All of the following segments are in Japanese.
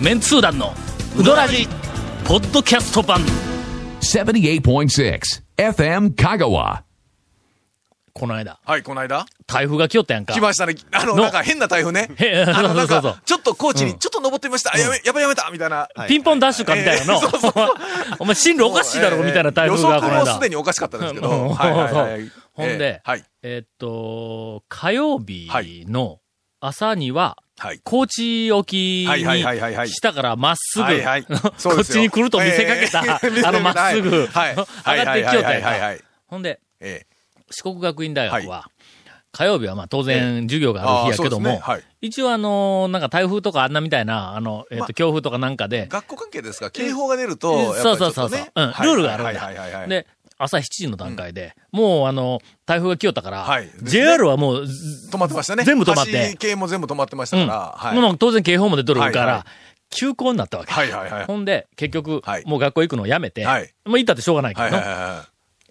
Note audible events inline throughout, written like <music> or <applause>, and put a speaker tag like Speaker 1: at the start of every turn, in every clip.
Speaker 1: メンツー団のウドラジポッドキャスト版
Speaker 2: 78.6 FM Kagawa.
Speaker 1: この間
Speaker 3: はい、この間
Speaker 1: 台風が来よったやんか
Speaker 3: 来ましたね。あの、
Speaker 1: の
Speaker 3: なんか変な台風ね。
Speaker 1: へ
Speaker 3: あ
Speaker 1: そ
Speaker 3: の、なん
Speaker 1: うそうそう
Speaker 3: か、ちょっと高知にちょっと登ってみました。あやめ、やばいやめたみたいな。
Speaker 1: ピンポンダッシュかみたいなの、 <laughs> お前進路おかしいだろみたいな台風がこの
Speaker 3: 予測も
Speaker 1: 間
Speaker 3: すでにおかしかったんですけど。
Speaker 1: うん
Speaker 3: はいは
Speaker 1: <laughs>
Speaker 3: いはい
Speaker 1: そうそうほんで
Speaker 3: えーはい。
Speaker 1: えーっと火曜日の朝には
Speaker 3: はい。
Speaker 1: 高知沖に
Speaker 3: はいはいはいはいはい
Speaker 1: 下からまっすぐ、
Speaker 3: はいはい
Speaker 1: <laughs> こ
Speaker 3: そう
Speaker 1: っ
Speaker 3: です
Speaker 1: ち
Speaker 3: よ
Speaker 1: に来ると見せかけた、
Speaker 3: えー <laughs> 見せかけ
Speaker 1: <laughs>
Speaker 3: た
Speaker 1: あのまっすぐ、
Speaker 3: はいは
Speaker 1: <laughs> 上
Speaker 3: い
Speaker 1: がってきよったやん
Speaker 3: はいはいはいはいは
Speaker 1: か
Speaker 3: い。
Speaker 1: ほんで、
Speaker 3: え
Speaker 1: 四国学院大学は、火曜日はまあ当然授業がある日やけども、
Speaker 3: あーそうですねはい
Speaker 1: 一応あのーなんか台風とかあんなみたいな、あの、えっ、と、
Speaker 3: ま
Speaker 1: 強風とかなんかで
Speaker 3: ー、学校関係ですが、警報が出る
Speaker 1: え
Speaker 3: と、やっぱ
Speaker 1: そう
Speaker 3: りち
Speaker 1: そ
Speaker 3: ょ
Speaker 1: うそうそ
Speaker 3: っと
Speaker 1: う
Speaker 3: ね。、
Speaker 1: うん、ルールがあるんだ。
Speaker 3: はいはいはいはい。
Speaker 1: で、朝7時の段階で、もうあの、台風が来よったから、
Speaker 3: はいですね
Speaker 1: JR はもうず、
Speaker 3: 止まってましたね。
Speaker 1: 全部止まって
Speaker 3: 橋系も全部止まってました
Speaker 1: う
Speaker 3: か
Speaker 1: ん、
Speaker 3: ら。はい。
Speaker 1: もう当然警報も出とるから、
Speaker 3: はいは
Speaker 1: 休校になったわけ。
Speaker 3: はいはいはい。
Speaker 1: ほんで、結局、
Speaker 3: はい
Speaker 1: もう学校行くのをやめて、
Speaker 3: はい
Speaker 1: もう行ったってしょうがないけど
Speaker 3: はいはい
Speaker 1: な、
Speaker 3: はいは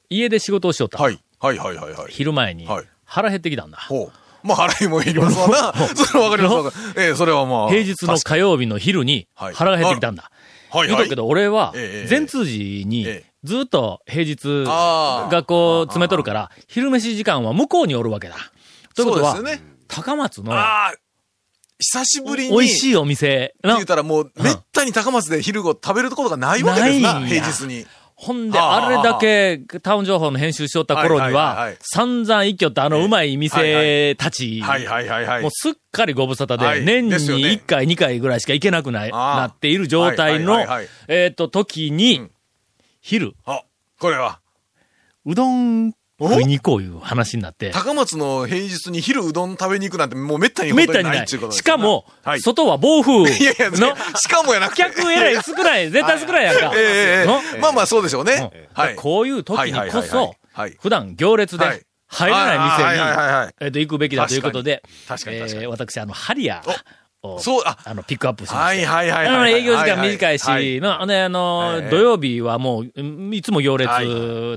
Speaker 1: 家で仕事をしよった。
Speaker 3: い。はい。はいはいはいはい。
Speaker 1: 昼前に
Speaker 3: はい、
Speaker 1: 腹減ってきたんだ。
Speaker 3: ほう。まあ、払いもい
Speaker 1: <laughs>
Speaker 3: りますわな。それはわかりますわかります。ええ、それはまあ。
Speaker 1: 平日の
Speaker 3: 確か
Speaker 1: 火曜日の昼に
Speaker 3: はい
Speaker 1: 腹が減ってきたんだ。
Speaker 3: はい
Speaker 1: 言うと
Speaker 3: は
Speaker 1: く
Speaker 3: い
Speaker 1: け。ど、俺は
Speaker 3: ええ、
Speaker 1: 前通時に
Speaker 3: ええ、
Speaker 1: ずっと平日、
Speaker 3: あー
Speaker 1: 学校詰めとるから、昼飯時間は向こうにおるわけだ。ということは
Speaker 3: そう、ですよね。
Speaker 1: 高松の
Speaker 3: ああ、久しぶりに。
Speaker 1: 美味しいお店
Speaker 3: って
Speaker 1: の
Speaker 3: 言っ、たらもう、めったに高松で昼ご食べることがないわけです
Speaker 1: ない
Speaker 3: な、
Speaker 1: んや
Speaker 3: 平日に。
Speaker 1: ほんで、
Speaker 3: はあはあ
Speaker 1: あれだけタウン情報の編集しよった頃に
Speaker 3: はいはいはい
Speaker 1: は
Speaker 3: はい、
Speaker 1: 散々一挙ってあのうまい店たち、
Speaker 3: はいはいはいはい。
Speaker 1: もうすっかりご無沙汰
Speaker 3: は
Speaker 1: で、
Speaker 3: い
Speaker 1: 年に
Speaker 3: ですよね
Speaker 1: 1回、2回ぐらいしか行けなくない
Speaker 3: あー
Speaker 1: なっている状態の
Speaker 3: はいはいはいはい、
Speaker 1: えっと、時に、昼、
Speaker 3: あ、これは。
Speaker 1: うどん食いに行こういう話になって、
Speaker 3: 高松の平日に昼うどん食べに行くなんてもうめったに
Speaker 1: め
Speaker 3: 本
Speaker 1: った
Speaker 3: 当に
Speaker 1: に
Speaker 3: ない
Speaker 1: な
Speaker 3: っ
Speaker 1: い。
Speaker 3: ていうことで
Speaker 1: し
Speaker 3: すな
Speaker 1: かも
Speaker 3: は、い。
Speaker 1: 外は暴風
Speaker 3: <laughs> いやいや、
Speaker 1: の、
Speaker 3: しかもやなくて。
Speaker 1: 客えらい少
Speaker 3: <laughs>
Speaker 1: ない、絶対少ないやんか。
Speaker 3: ええええ
Speaker 1: の
Speaker 3: ええまあまあそうでしょうね
Speaker 1: うん。
Speaker 3: はい。
Speaker 1: こういう時
Speaker 3: はいは
Speaker 1: に
Speaker 3: い
Speaker 1: こ
Speaker 3: はいはい
Speaker 1: そ
Speaker 3: はい、
Speaker 1: 普段行列
Speaker 3: はい
Speaker 1: で入らない
Speaker 3: あーはいはいは
Speaker 1: 店に
Speaker 3: いはい、
Speaker 1: えっと、行くべきだということで、
Speaker 3: 確かに確かに確かに
Speaker 1: えー私、あの、ハリアを、
Speaker 3: そう、あ、
Speaker 1: あの、ピックアップしま
Speaker 3: は
Speaker 1: し
Speaker 3: い
Speaker 1: て。
Speaker 3: はいはい
Speaker 1: あ
Speaker 3: は
Speaker 1: の
Speaker 3: い。
Speaker 1: 営業時間短い
Speaker 3: はは
Speaker 1: し、の、ね、あの
Speaker 3: え、え
Speaker 1: 土曜日はもう、うんいつも行列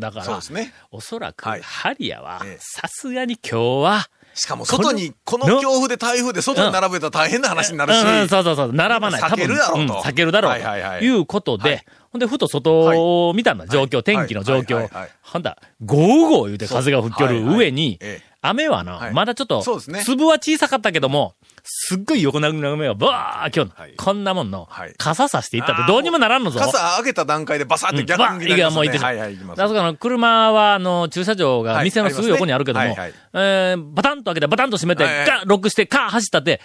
Speaker 1: だか
Speaker 3: そう
Speaker 1: ら
Speaker 3: です、ね。
Speaker 1: おそらく、
Speaker 3: はい
Speaker 1: ハリアは
Speaker 3: ええ、
Speaker 1: さすがに今日は、
Speaker 3: しかも外に、この強風で台風で外に並べたら大変な話になるし。
Speaker 1: うんうん、そうそうそう、並ばない。
Speaker 3: 避けるだろ
Speaker 1: 多
Speaker 3: うと
Speaker 1: 分うん避けるだろうと。
Speaker 3: はいはいはい
Speaker 1: いうことで、
Speaker 3: はい
Speaker 1: ほんで、ふと外を見たんだ、状況、天気の状況。
Speaker 3: はいはいはいはい
Speaker 1: ほんだ、ゴーゴー言うて風が吹き寄る
Speaker 3: そう
Speaker 1: 上に、
Speaker 3: はいはいええ
Speaker 1: 雨はな、
Speaker 3: はい
Speaker 1: まだちょっと、
Speaker 3: そうですね
Speaker 1: 粒は小さかったけども、すっごい横殴りの雨がバーッ今日、
Speaker 3: はい
Speaker 1: こんなもんの、
Speaker 3: はい
Speaker 1: 傘さしていったってどうにもならんのぞ。
Speaker 3: 傘開けた段階でバサっ
Speaker 1: う
Speaker 3: て
Speaker 1: ん
Speaker 3: 逆に、
Speaker 1: バーッいやもう行ってしま
Speaker 3: は
Speaker 1: う
Speaker 3: いはい、行きます。
Speaker 1: だからあの車は、あの、駐車場が
Speaker 3: はい
Speaker 1: 店のすぐ横にあるけども、
Speaker 3: ありますね
Speaker 1: えーバタンと開けて、バタンと閉めて、
Speaker 3: はいはい
Speaker 1: ガッロックして、カー走ったって、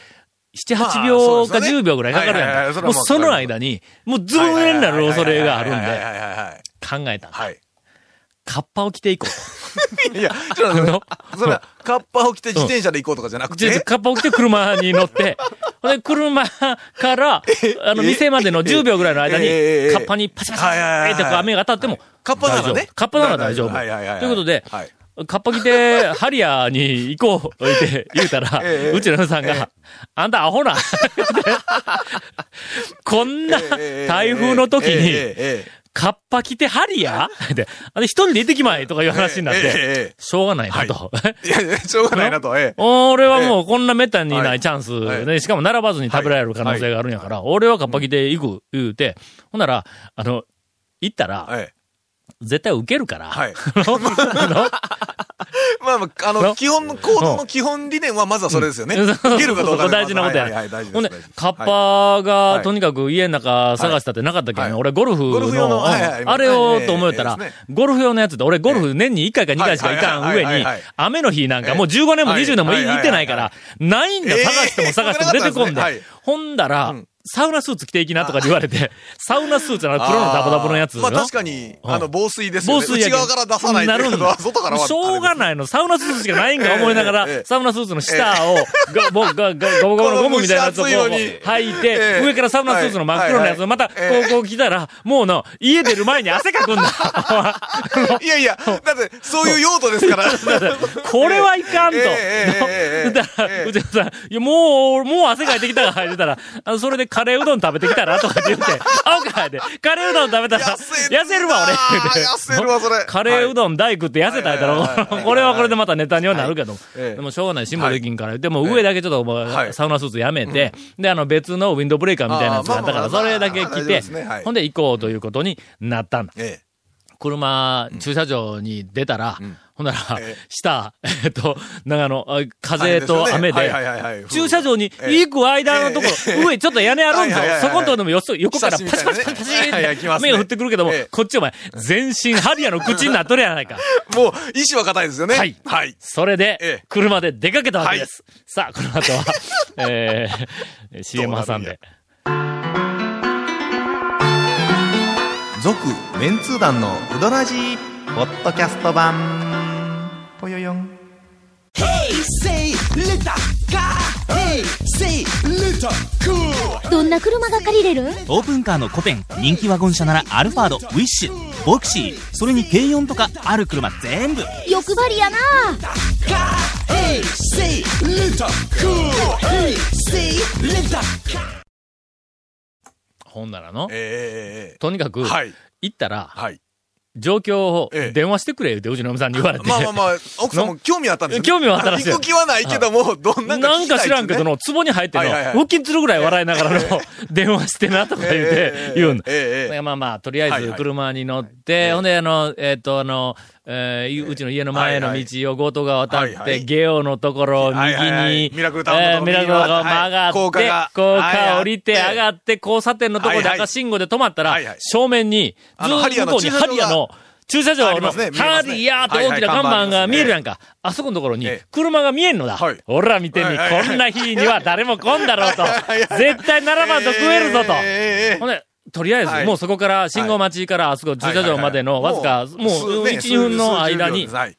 Speaker 1: 7、
Speaker 3: まあ
Speaker 1: 8秒か
Speaker 3: そうですよね
Speaker 1: 10秒ぐらいかかる
Speaker 3: はいはい
Speaker 1: や
Speaker 3: は
Speaker 1: んか。
Speaker 3: いそれ
Speaker 1: もう
Speaker 3: はもう
Speaker 1: その間に、もうズブになる恐れがあるん
Speaker 3: はい
Speaker 1: で、
Speaker 3: はいはいはい
Speaker 1: 考えたんだ。
Speaker 3: はい。
Speaker 1: カッパを着ていこう
Speaker 3: はい。いや、ちょっと
Speaker 1: と。あ
Speaker 3: 待って
Speaker 1: の、
Speaker 3: それは、カッパを着て自転車で行こうとかじゃなく
Speaker 1: ちょっと
Speaker 3: て、
Speaker 1: カッパを着て車に乗って、ほんで、車から、あの、店までの10秒ぐらいの間に、
Speaker 3: ええええ
Speaker 1: カッパにパシパシ
Speaker 3: はいはいはいはい
Speaker 1: ってこう雨が当たっても、
Speaker 3: カッパなら
Speaker 1: 大
Speaker 3: ね
Speaker 1: 丈夫。カッパなら大丈夫。と
Speaker 3: はいはいはいはい
Speaker 1: いうことで、
Speaker 3: はい
Speaker 1: カッパ着て、ハリアーに行こう、って言うたら、
Speaker 3: <laughs> ええええ
Speaker 1: うちの嫁さんが、あんたアホ
Speaker 3: <laughs>
Speaker 1: な、こんな <laughs> 台風の時
Speaker 3: ええ
Speaker 1: に、
Speaker 3: ええええ
Speaker 1: カッパ着てハリア
Speaker 3: <laughs>
Speaker 1: ーで、あれ一人で行ってきまいとかいう話になっ
Speaker 3: ええええ
Speaker 1: て
Speaker 3: ええ、
Speaker 1: しょうがないなと。
Speaker 3: いやいや、しょうがないなと、え
Speaker 1: <laughs>
Speaker 3: え。
Speaker 1: 俺はもうこんなめったにな
Speaker 3: はいい
Speaker 1: チャンスで、
Speaker 3: は
Speaker 1: しかも並ばずに食べられる可能性があるんやから、俺はカッパ着て行く、言うて、ほんなら、あの、行ったら、
Speaker 3: ええ
Speaker 1: 絶対受けるから、
Speaker 3: はい
Speaker 1: あの
Speaker 3: <laughs> まあまあ、あ
Speaker 1: の
Speaker 3: の、基本の、行動の基本理念はまずはそれですよね。
Speaker 1: そう
Speaker 3: 受けるかどうかで
Speaker 1: 大事なことや。
Speaker 3: はいはいはい、大事
Speaker 1: ほん
Speaker 3: で。
Speaker 1: です
Speaker 3: 大事、
Speaker 1: カッ
Speaker 3: はい
Speaker 1: パ
Speaker 3: は
Speaker 1: が、
Speaker 3: い
Speaker 1: とにかく家の中探したってなかったけん、
Speaker 3: はい
Speaker 1: 俺ゴルフの、
Speaker 3: ゴルフ用の
Speaker 1: うん
Speaker 3: はいはい
Speaker 1: あれをと思えたら、
Speaker 3: ええええです
Speaker 1: ゴルフ用のやつって、俺ゴルフ年に1回か2回しか行かん上
Speaker 3: はいはいはい
Speaker 1: に
Speaker 3: はいはい、
Speaker 1: 雨の日なんか
Speaker 3: ええ
Speaker 1: もう15年も20年も
Speaker 3: はいはい
Speaker 1: 行ってないから、ないんだ、
Speaker 3: ええ
Speaker 1: 探しても探しても出てこんで
Speaker 3: はい。
Speaker 1: ほんだら
Speaker 3: うん、
Speaker 1: サウナスーツ着ていきなとか言われて、サウナスーツの黒のダボダボのやつ。
Speaker 3: まあ確かに、
Speaker 1: うん
Speaker 3: あの、防水ですよね。
Speaker 1: 防水や
Speaker 3: 内
Speaker 1: けん
Speaker 3: 側から出さないと
Speaker 1: な
Speaker 3: いう
Speaker 1: るん
Speaker 3: ことは
Speaker 1: だ。
Speaker 3: <laughs> 外からは。
Speaker 1: しょうがないの。サウナスーツしかないんか思いながら、
Speaker 3: ええええ
Speaker 1: サウナスーツの下を、がぼががゴボゴボのゴムみたいなやつをこう
Speaker 3: この蒸し暑いのに <laughs>
Speaker 1: 履いて、
Speaker 3: ええ
Speaker 1: 上からサウナスーツの真っ黒のやつをまた、こ
Speaker 3: はいはいえ
Speaker 1: う、
Speaker 3: え
Speaker 1: こう着たら、もうの、家出る前に汗かくんだ。
Speaker 3: <laughs> いやいや、だって、そういう用途です
Speaker 1: <laughs>
Speaker 3: から。
Speaker 1: これはいかん
Speaker 3: <laughs>
Speaker 1: と。
Speaker 3: ええええええええ
Speaker 1: だから、うちのさん、いや、もう、もう汗かいてきたから、言うたら、あのそれでカレーうどん食べてきたらとか
Speaker 3: <laughs>
Speaker 1: って言って、あおかで、カレーうどん食べたら、
Speaker 3: 痩せるな
Speaker 1: 痩せるわ、俺。言うて
Speaker 3: 痩せるわそれ
Speaker 1: カレーうどん大食って痩せたやった
Speaker 3: はいはいはいはいは
Speaker 1: ろ。<laughs>
Speaker 3: い
Speaker 1: これはこれでまたネタにはなるけども。
Speaker 3: ええ
Speaker 1: でも、しょうがない、辛抱できんから。でも、上だけちょっとも
Speaker 3: は
Speaker 1: う、
Speaker 3: い
Speaker 1: サウナスーツやめて、で、あの、別のウィンドブレーカーみたいなやつがあったか
Speaker 3: あ
Speaker 1: ら、
Speaker 3: ーまあまあま
Speaker 1: それ
Speaker 3: あ
Speaker 1: だけ
Speaker 3: まあ
Speaker 1: 着
Speaker 3: 大丈夫で
Speaker 1: て
Speaker 3: すねは、い
Speaker 1: ほんで行こうということになったんだ。
Speaker 3: え
Speaker 1: 車、駐車場に出たら、ほんなら
Speaker 3: ええ、
Speaker 1: 下、 <laughs> えっと、長野、あ
Speaker 3: え。
Speaker 1: 風と雨
Speaker 3: はい
Speaker 1: で
Speaker 3: は、いはいはい。
Speaker 1: 駐車場に
Speaker 3: ええ
Speaker 1: 行く間のとこ
Speaker 3: え
Speaker 1: ろ、上ちょっと屋根あるんぞ
Speaker 3: はいはいはいは。い
Speaker 1: そことでもよそ横からパチパチパチパチ
Speaker 3: 久しぶりだねはいはい来
Speaker 1: っ
Speaker 3: ま
Speaker 1: て
Speaker 3: すね
Speaker 1: 目を振ってくるけども
Speaker 3: ええ、
Speaker 1: こっちお前、全身ハリアの口になっとるやないか。
Speaker 3: もう、意志は硬いですよね。
Speaker 1: はい
Speaker 3: はい。
Speaker 1: それ
Speaker 3: え
Speaker 1: で
Speaker 3: え、
Speaker 1: 車で出かけたわけです。さあ、この後
Speaker 3: <laughs>
Speaker 1: は、えー CM 挟んで。
Speaker 4: 続メンツー団のウドラジーポッドキャスト版ぽよよん
Speaker 5: Say little car. Hey, say little cool.
Speaker 6: どんな車が借りれる
Speaker 7: オープンカーの古典人気ワゴン車ならアルファードウィッシュボクシーそれに軽4とかある車全部
Speaker 6: 欲張りやな
Speaker 5: Car. Hey, say little cool. Hey, say little.
Speaker 1: ほんならの、
Speaker 3: えええ
Speaker 1: とにかく、
Speaker 3: え。は
Speaker 1: 行
Speaker 3: い。
Speaker 1: ったら、
Speaker 3: はい。
Speaker 1: 状況を
Speaker 3: ええ
Speaker 1: 電話してくれ、言うて、うちの嫁さんに言われて。
Speaker 3: まあまあま
Speaker 1: <laughs>
Speaker 3: あ、奥さんも興味はあったんですよね
Speaker 1: 興味はあったらしい
Speaker 3: 行く気はないけども、どんな
Speaker 1: なんん
Speaker 3: か聞きたい
Speaker 1: か知らんけど
Speaker 3: ですね。
Speaker 1: の、壺に入っての、
Speaker 3: はいはいはい
Speaker 1: 腹筋するぐらい笑いながらの、 <laughs> 電話してなとか言うて
Speaker 3: ええ、
Speaker 1: 言うの。
Speaker 3: ええええ
Speaker 1: まあまあ、とりあ
Speaker 3: は
Speaker 1: え
Speaker 3: い
Speaker 1: ず
Speaker 3: はい
Speaker 1: 車に乗って、ほんで、あの、えっと、あの、えーうちの家の前の
Speaker 3: はいはい
Speaker 1: 道を強盗が渡
Speaker 3: はい
Speaker 1: っ
Speaker 3: は
Speaker 1: て、
Speaker 3: い
Speaker 1: ゲオのところを右
Speaker 3: はいはいは
Speaker 1: に
Speaker 3: い、ミラクルタウンのところ
Speaker 1: えーミラクルタウンを曲がって、
Speaker 3: 右に渡ってはい
Speaker 1: 高
Speaker 3: 高架が
Speaker 1: 架降りて
Speaker 3: はいはい
Speaker 1: 上がって、交差点のところで
Speaker 3: はい
Speaker 1: 赤
Speaker 3: はい
Speaker 1: 信号で止まったら
Speaker 3: はいは、い
Speaker 1: 正面に、ず
Speaker 3: あの
Speaker 1: ーっと向こうにハ
Speaker 3: ハ
Speaker 1: リ
Speaker 3: リ
Speaker 1: ア
Speaker 3: ア
Speaker 1: の
Speaker 3: の
Speaker 1: 駐車場
Speaker 3: あり
Speaker 1: の、
Speaker 3: ますね見えま
Speaker 1: ハ
Speaker 3: すね
Speaker 1: リアーって大きな看板が見えるやんか。あそこのところに
Speaker 3: ええ、
Speaker 1: 車が見えんのだ
Speaker 3: はい。
Speaker 1: 俺ら見てみ、
Speaker 3: はいはいはい
Speaker 1: こんな日には誰も来んだろうと。絶対並ばんと食えるぞと。
Speaker 3: ええええええ
Speaker 1: ほんで、とりあえず、
Speaker 3: はい
Speaker 1: もうそこから信号待ちからあそこ駐車場までのわずか、もう1、2分の間に、
Speaker 3: はい。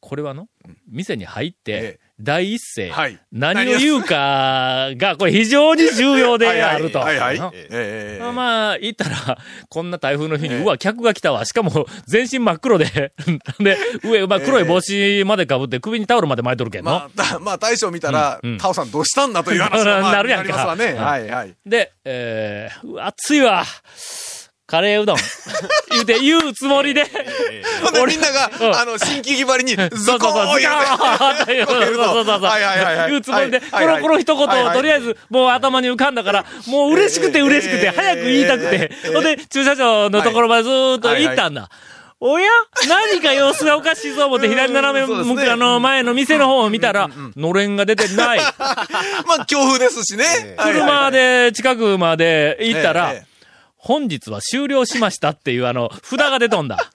Speaker 1: これはの、店に入っ
Speaker 3: え
Speaker 1: て
Speaker 3: え、
Speaker 1: 第一声
Speaker 3: はい、
Speaker 1: 何を言うかが、これ非常に重要であると。
Speaker 3: はいはい
Speaker 1: な
Speaker 3: はい。ええええええ
Speaker 1: まあまあ、行ったら、こんな台風の日に、うわ、客が来たわ。しかも、全身真っ黒で、 <laughs> で、上、まあ、黒い帽子までかぶって、首にタオルまで巻いとるけんの。
Speaker 3: まあた、まあ、大将見たら
Speaker 1: うんうん、
Speaker 3: タオさんどうしたんだという話がま
Speaker 1: <laughs>
Speaker 3: あ
Speaker 1: なるやんか
Speaker 3: なりますわね。
Speaker 1: うん
Speaker 3: はいはい。
Speaker 1: で、えー、うわ暑いわ。カレーう
Speaker 3: <laughs>
Speaker 1: どん。言うて、言うつもりで、
Speaker 3: ほんでみんな
Speaker 1: うん
Speaker 3: が、あの、新規決まりに、ズコー
Speaker 1: そうそうそう、ズ
Speaker 3: 言うて
Speaker 1: カーンという、そうそうそう、
Speaker 3: はいはいはいはい
Speaker 1: 言うつもりで、コ
Speaker 3: はいは
Speaker 1: ロ
Speaker 3: い
Speaker 1: コロ一言を
Speaker 3: はいはい
Speaker 1: とりあえず、もう頭に浮かんだから、もう嬉しくて嬉しくて、
Speaker 3: えー
Speaker 1: 早く言いたくて、ほんで、駐車場のところまでずーっと行ったんだ。おや何か様子がおかしいぞ思って、左斜め
Speaker 3: うんそ
Speaker 1: 向
Speaker 3: うで
Speaker 1: く
Speaker 3: すね
Speaker 1: あの前の店の方を見たら、のれんが出てない。
Speaker 3: まあ、強風ですしね。はいは
Speaker 1: 車
Speaker 3: い
Speaker 1: で近くまで行ったら
Speaker 3: ええ、
Speaker 1: 本日は終了しましたっていうあの、札が出とん
Speaker 3: <laughs>
Speaker 1: だ。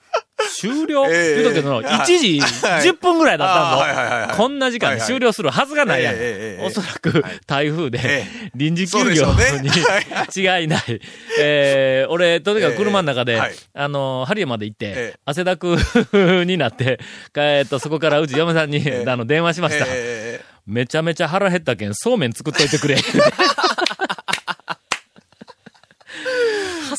Speaker 1: 終了
Speaker 3: ええ
Speaker 1: 言うとくけど、
Speaker 3: ええはい
Speaker 1: 1時
Speaker 3: はい
Speaker 1: 10分ぐらいだ
Speaker 3: あーはいはい
Speaker 1: った
Speaker 3: は
Speaker 1: ん
Speaker 3: い
Speaker 1: ぞ。こんな時間で終了するはずがないやん
Speaker 3: はいはいえええええ。え
Speaker 1: おそらく台風で
Speaker 3: え
Speaker 1: 臨時休
Speaker 3: そうでし
Speaker 1: 業
Speaker 3: ょうね
Speaker 1: に違いない。えー俺、とにかく車の中
Speaker 3: え
Speaker 1: で
Speaker 3: えはい、
Speaker 1: あの、ハリエまで行って
Speaker 3: ええ、
Speaker 1: 汗だく <laughs> になって、えーっと、そこからうち嫁さんにあの電話しました。
Speaker 3: え
Speaker 1: めちゃめちゃ腹減ったけん、そうめん作っといて
Speaker 3: <laughs>
Speaker 1: くれ。